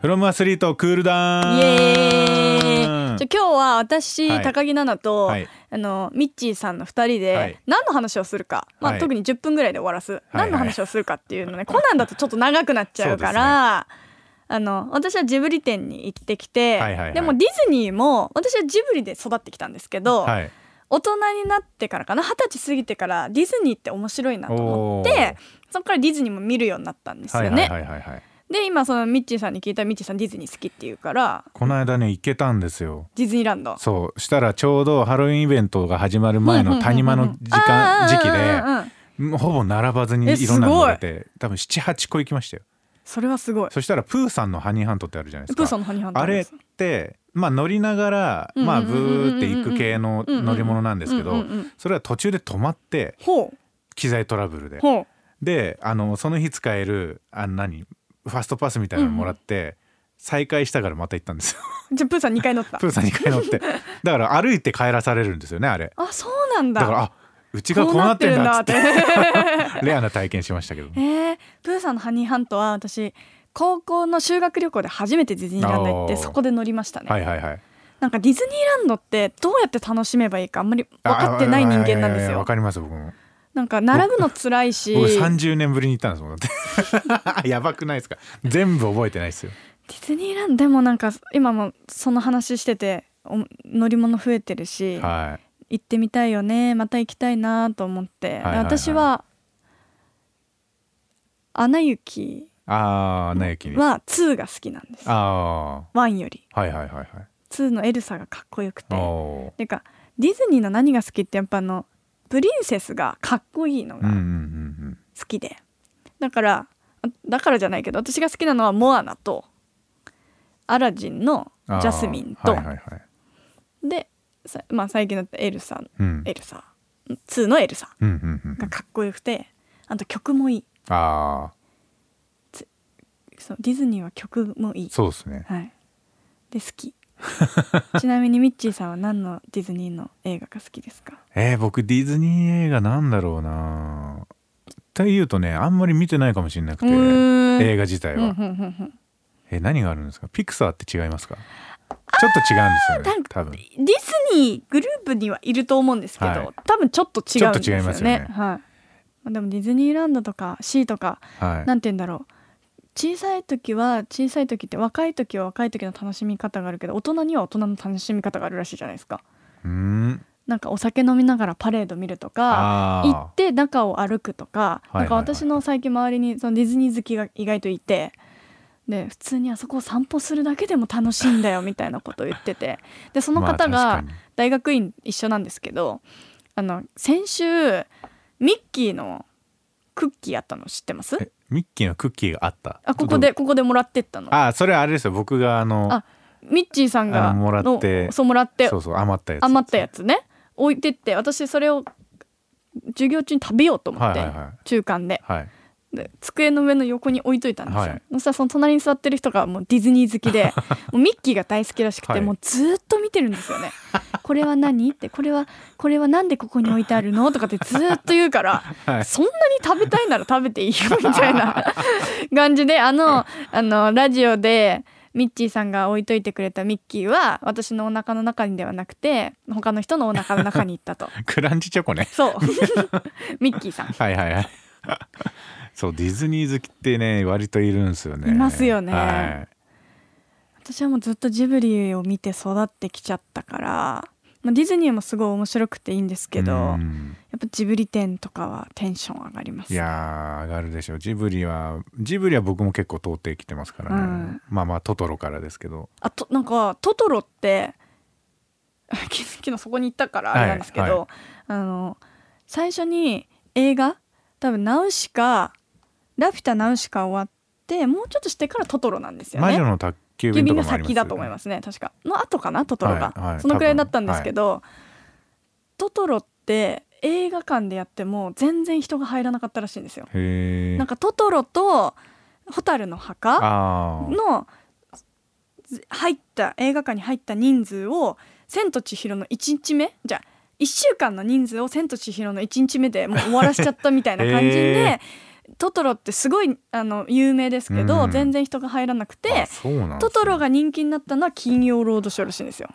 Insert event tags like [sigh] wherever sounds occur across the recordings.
フロムアスリートクールダウンイエーイじゃあ今日は私、はい高木奈々と、はいあのミッチーさんの2人で、はい何の話をするか、まあはい特に10分ぐらいで終わらす、はい何の話をするかっていうのねコナンだとちょっと長くなっちゃうから。あの私はジブリ店に行ってきて、はいはいはいでもディズニーも私はジブリで育ってきたんですけど、はい大人になってからかな二十歳過ぎてからディズニーって面白いなと思っおーてそこからディズニーも見るようになったんですはよね。いはいはいはいはいで今そのミッチーさんに聞いたらミッチーさんディズニー好きっていうからこの間ね行けたんですよディズニーランド。そうしたらちょうどハロウィンイベントが始まる前うんうんうのんうん谷間の時あ間ー時う期んうんうんでもうほぼ並ばずにえいろんなのすごいが出て多分78個行きましたよそれはすごい。そしたらプーさんのハニーハントってあるじゃないですかプーさんのハニーハンタあーれでっす。てまあ乗りながらまあうんブうんうんうんうんうんーって行く系の乗り物なんですけうんうどんうんそれは途中で止まってほう機材トラブルでほう。であのその日使えるあの何ファストパスみたいなのもらって、再開したからまた行ったんですよ [laughs] じゃあプーさん二回乗ったプ。ーさんに回乗ってだから歩いて帰らされるんですよねあれあそうなんだ。だからあうちがこうなってるんだっつってこうなってるん [laughs] だ [laughs] ってレアな体験しましたけどえー、プーさんのハニーハントは私高校の修学旅行で初めてディズニーランド行っておーそこで乗りましたね、はいはいはいなんかディズニーランドってどうやって楽しめばいいかあんまり分かってない人間なんですああああああよわかります僕もなんか並ぶの辛いし僕ディ30年ぶりに行ったんですもんだって [laughs] やばくないですか全部覚えてないですよズニーランドでもなんか今もその話しててお乗り物増えてるし、は行ってみたいよねまた行きたいなと思って、はいはい私は「アナ雪いああなゆき」にあは2が好きなんですあ1よりーはいはいはいはい2のエルサがかっこよくておおていうかディズニーの何が好きってやっぱあのプリンセスがかっこいいーのうんうんがうんうん好きで、だからあだからじゃないけど私が好きなのはモアナとアラジンのジあーャスミンと、はいはいはいでさまあ最近だったエルサうんエルサ2のエルサうんうんうんがかっこよくてあと曲もいいああそうディズニーは曲もいい、そうですねはい、で好 [laughs] きちなみにミッチーさんは何のディズニーの映画が好きですかえー、僕ディズニー映画なんだろうなっていうとねあんまり見てないかもしれなくてうーん映画自体うんは、うんうんうんえー何があるんですかピクサーって違いますかちょっと違うんですよね多分ディズニーグループにはいると思うんですけど、はい多分ちょっと違うんですよちょねっと違いますよねはいまあ、でもディズニーランドとかシーとかはいなんて言うんだろう小さい時は小さい時って若い時は若い時の楽しみ方があるけど大人には大人の楽しみ方があるらしいじゃないですかうーんなんかお酒飲みながらパレード見るとあか行って中を歩くとか、はいはいはいなんか私の最近周りにそのディズニー好きが意外といてで普通にあそこを散歩するだけでも楽しいんだよみたいなことを言っててでそこの方が、大学院一緒なんですけどあの先週ミッキーのクッキーあったの知ってますえミッキーのクッキーがあったあここでここでもらってったのあーそれはあれですよ僕があのあミッチーさんがあのもらってのそうもらってそうそう余ったやつ余ったやつね置いてって私それを授業中に食べようと思って、はいはいは中間ではいで机の上の横に置いといたんですよ、はいそしたらその隣に座ってる人がもうディズニー好 [laughs] きでもうミッキーが大好きらしくて、はいもうずーっと見てるんですよねこれは何ってこれはこれはなんでここに置いてあるのとかってずーっと言うから、はい [laughs] そんなに食べたいなら食べていいよみたいな感じであのあのラジオでミッチーさんが置いといてくれたミッキーは私のお腹の中にではなくて他の人のお腹の中に行っ [laughs] たとクランチチョコねそう [laughs] ミッキーさんはいはいはい。そうディズニー好きってね割といるんですよね。いますよねは私はもうずっとジブリを見て育ってきちゃったから、まあ、ディズニーもすごい面白くていいんですい。けど、うやんっぱジブリ展とかはテンション上がりますいやー上がるでしょう。ジブリはジブリは僕も結構通ってきてますからね。うんまあまあトトロからですけど。あとなんかトトロって [laughs] 昨日昨日そこに行ったからあれなんですけど、はいはあの最初に映画多分ナウシカラピュタナウシカ終わってもうちょっとしてからトトロなんですよ魔ね女。の宅急郵便便とがかもありますよね。先だと思いますね確かの後かなトトロが、はいはいそのくらいだったんですけど、トトロって映画館でやっても全然人が入らなかったらしいんですよ、へえ。なんかトトロと「蛍の墓あーの」入った映画館に入った人数を「千と千尋」の1日目じゃあ1週間の人数を「千と千尋」の1日目でもう終わらしちゃったみたいな感じで、トトロってすごいあの有名ですけど、うん全然人が入らなくあてそうなんですねトトロが人気になったのは金曜ロードショーらしいんですよ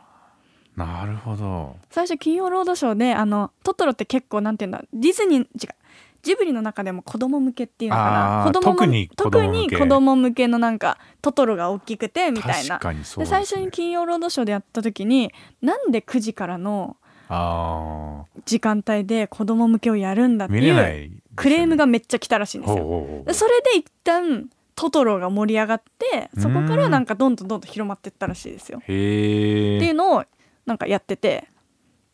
なるほど最初金曜ロードショーであのトトロって結構なんていうんだディズニー違うジブリの中でも子供向けっていうのかあーな子供も特に子供向け特に子供向けのなんかトトロが大きくてみたい確なかにそうでです、最ね、初に金曜ロードショーでやった時になんで9時からのあ時間帯で子供向けをやるんだっーてい見れなういですよねクレームがめっちゃ来たらしいんですおうよ。おうおうでそれで一旦トトロが盛り上がってそこからなんかどんどんどんどん広まってったらしいですよ。へっていうえのをなんかやってて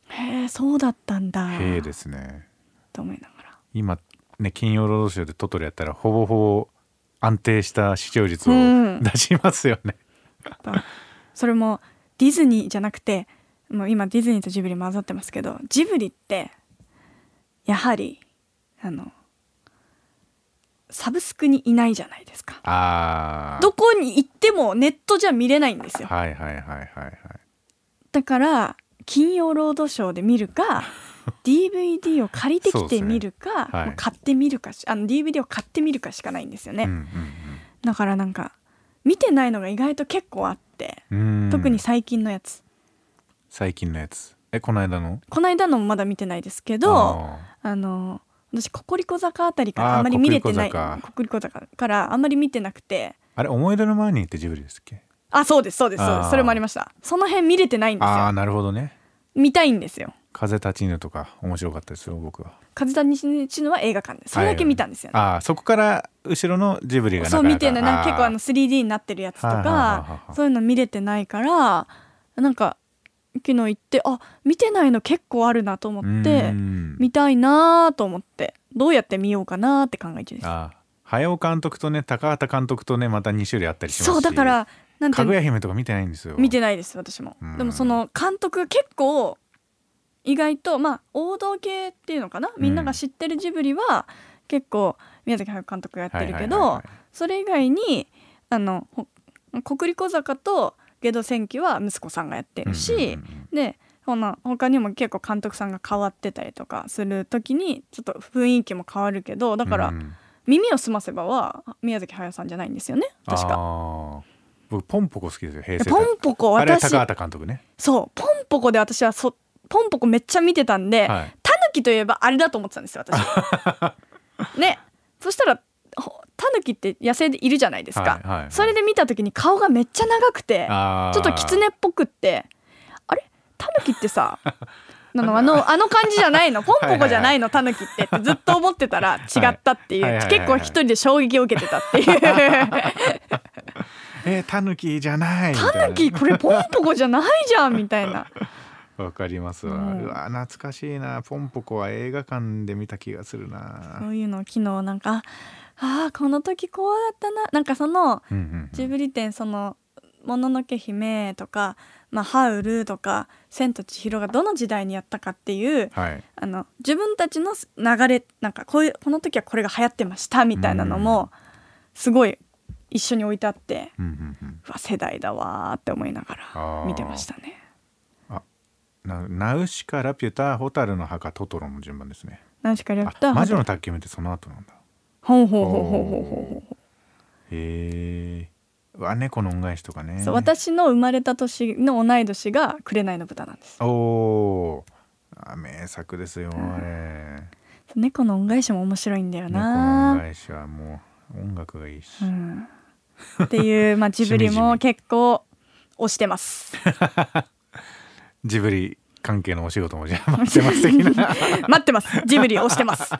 へえそうだったんだへえですねと思いながら。今ね金曜ロードショーでトトロやったらほぼほぼ安定した視聴率をうん出しますよね、やっぱそれもディズニーじゃなくてもう今ディズニーとジブリ混ざってますけどジブリってやはりあのサブスクにいないじゃないですかああどこに行ってもネットじゃ見れないんですよはいはいはいはいはいだから金曜ロードショーで見る [laughs] か DVD を借りてそうきですてね見るか、はいもう買ってみるかしあの DVD を買ってみるかしかないんですよね、うんだからなんか見てないのが意外と結構あって、うんうんうん特に最近のやつ最近のやつえこの間のこの間のもまだ見てないですけどああの私ココリコ坂あたりかあらーあんまり見れてないココリコ坂ココリコ坂からあんまり見てなくてーあれ思い出の前にってジブリですっけあそうですそうですそうであーすそれもありましたその辺見れてないんですああよーなるほどね見たいんですよ風立ちぬとか面白かったですよ僕は風谷西のは映画館でそれだけ見たんですよね、ああそこから後ろのジブリがなかそなうか見てないなんか結構あーの 3D になってるやつとはいはいはいかはいそういうの見れてないからなんか昨日行ってあ見てないの結構あるなと思っうてん見たいなと思ってどうやって見ようかなって考え中ですああ早尾監督とね高畑監督とねまた2種類あったりしますしそうだからなんてかぐや姫とか見てないんですよ見てないです私も、うんでもその監督が結構意外とまあ王道系っていうのかなみんなが知ってるジブリは結構宮崎駿監督がやってるはいはけど、いはいはいそれ以外にあのほ国立小坂と下戸戦記は息子さんがやってるし、うんうんうんでほな他にも結構監督さんが変わってたりとかする時にちょっと雰囲気も変わるけどだからうん「耳をすませば」は宮崎駿さんじゃないんですよね確あか。あ僕ポンポコ好きですよ平で成ポンポコあれは私高畑監督ねそうポンポコで私はそポンポコめっちゃ見てたんで、はいタヌキといえばあれだと思ってたんです [laughs] よ私ねそしたらほタヌキって野生でいるじゃないですか、はいはいはいそれで見た時に顔がめっちゃ長くてああちょっと狐っぽくってあれタヌキっ [laughs] てさなのあのあの感じじゃないのポンポコじゃないのタヌキってってずっと思ってたら違ったっていう、はいはいはいはい結構一人で衝撃を受けてたっ [laughs] ていう。えー、タヌキじゃないみたいなタヌキこれポンポコじゃないじゃんみたいなわかりますわ、ううんわ懐かしいなポンポコは映画館で見た気がするそな、ういうのを昨日なんかああーこの時こうだったななんかそのうんうんうジんブリ展その「もののけ姫」とか「まあ、ハウル」とか「千と千尋」がどの時代にやったかっていうはいあの自分たちの流れなんかこういうこの時はこれが流行ってましたみたいなのもすごい一緒に置いてあってうんうんうんうわ世代だわーって思いながら見てましたね。なナウシカラピュタホタルの墓トトロの順番ですね何しかやったあ魔女の宅急便ってその後なんだほうほうほうほうほうほうほうへえうわ猫の恩返しとかねそう私の生まれた年の同い年が「紅の豚」なんですおおーあ名作ですよんあれ猫の恩返しも面白いんだよ猫の恩な、返しはもう音楽がいいし、うん、ってい [laughs] う、まあ、ジブリしみじもみ結構推してますジブリ関係のお仕事もじゃあ待ってます的な [laughs] 待ってますジブリ推してます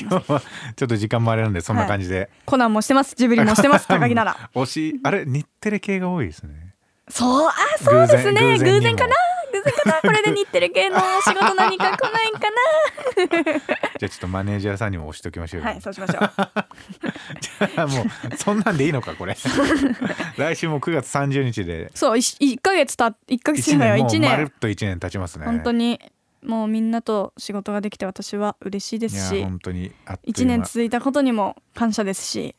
今日はちょっと時間もあれなんでそんな感じで、コナンも推してますジブリも推してます高木 [laughs] なら推しあれ日テレ系が多いですねそうあそうですね偶然偶然にも偶然かな偶然かなこれで日テレ系のお仕事何か来ないんかじゃあちょっとマネージャーさんにも押しておきましょうなよ、はいそうしましょうじゃ [laughs] あもうそんなんでいいのか [laughs] これ来週も9月30日でそういし一ヶ月た一ヶ月1じゃないわ年も一うまる年っと1年経ちますね本当にもうみんなと仕事ができて私は嬉しいでいすやし本当にあっとい1う間年続いたことにも感謝ですし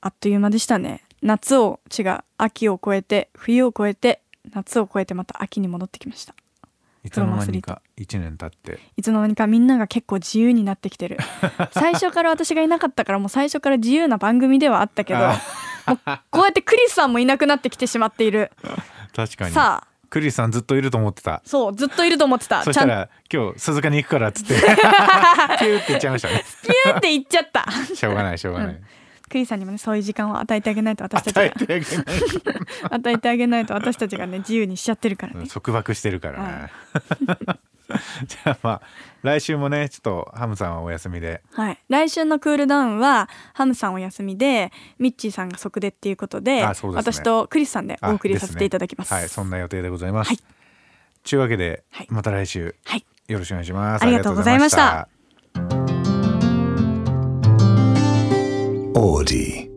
あっという間でしたね夏を違う秋を越えて冬を越えて夏を越えてまた秋に戻ってきましたいつの間にか1年経っていつの間にかみんなが結構自由になってきてる最初から私がいなかったからもう最初から自由な番組ではあったけどあこうやってクリスさんもいなくなってきてしまっている確かにさあクリスさんずっといると思ってたそうずっといると思ってたそしちゃたんとら今日鈴鹿に行くからっつって [laughs] ピューって言っちゃいましたねピューって言っちゃったしょうがないしょうがない、うクリスさんにもねそういう時間を与えてあげないと私たち与えがてあげない [laughs] 与えてあげないと私たちがね自由にしちゃってるからうねん束縛してるからね [laughs] じゃあまあ来週もねちょっとハムさんはお休みではい、来週のクールダウンはハムさんお休みでミッチーさんが即出っていうことであそうですね私とクリスさんでお送りさせていただきますはい、そんな予定でございます。はいというわけで、はいまた来週はいよろしくお願いします。ありがとうございましたありがとうございました。 Audi.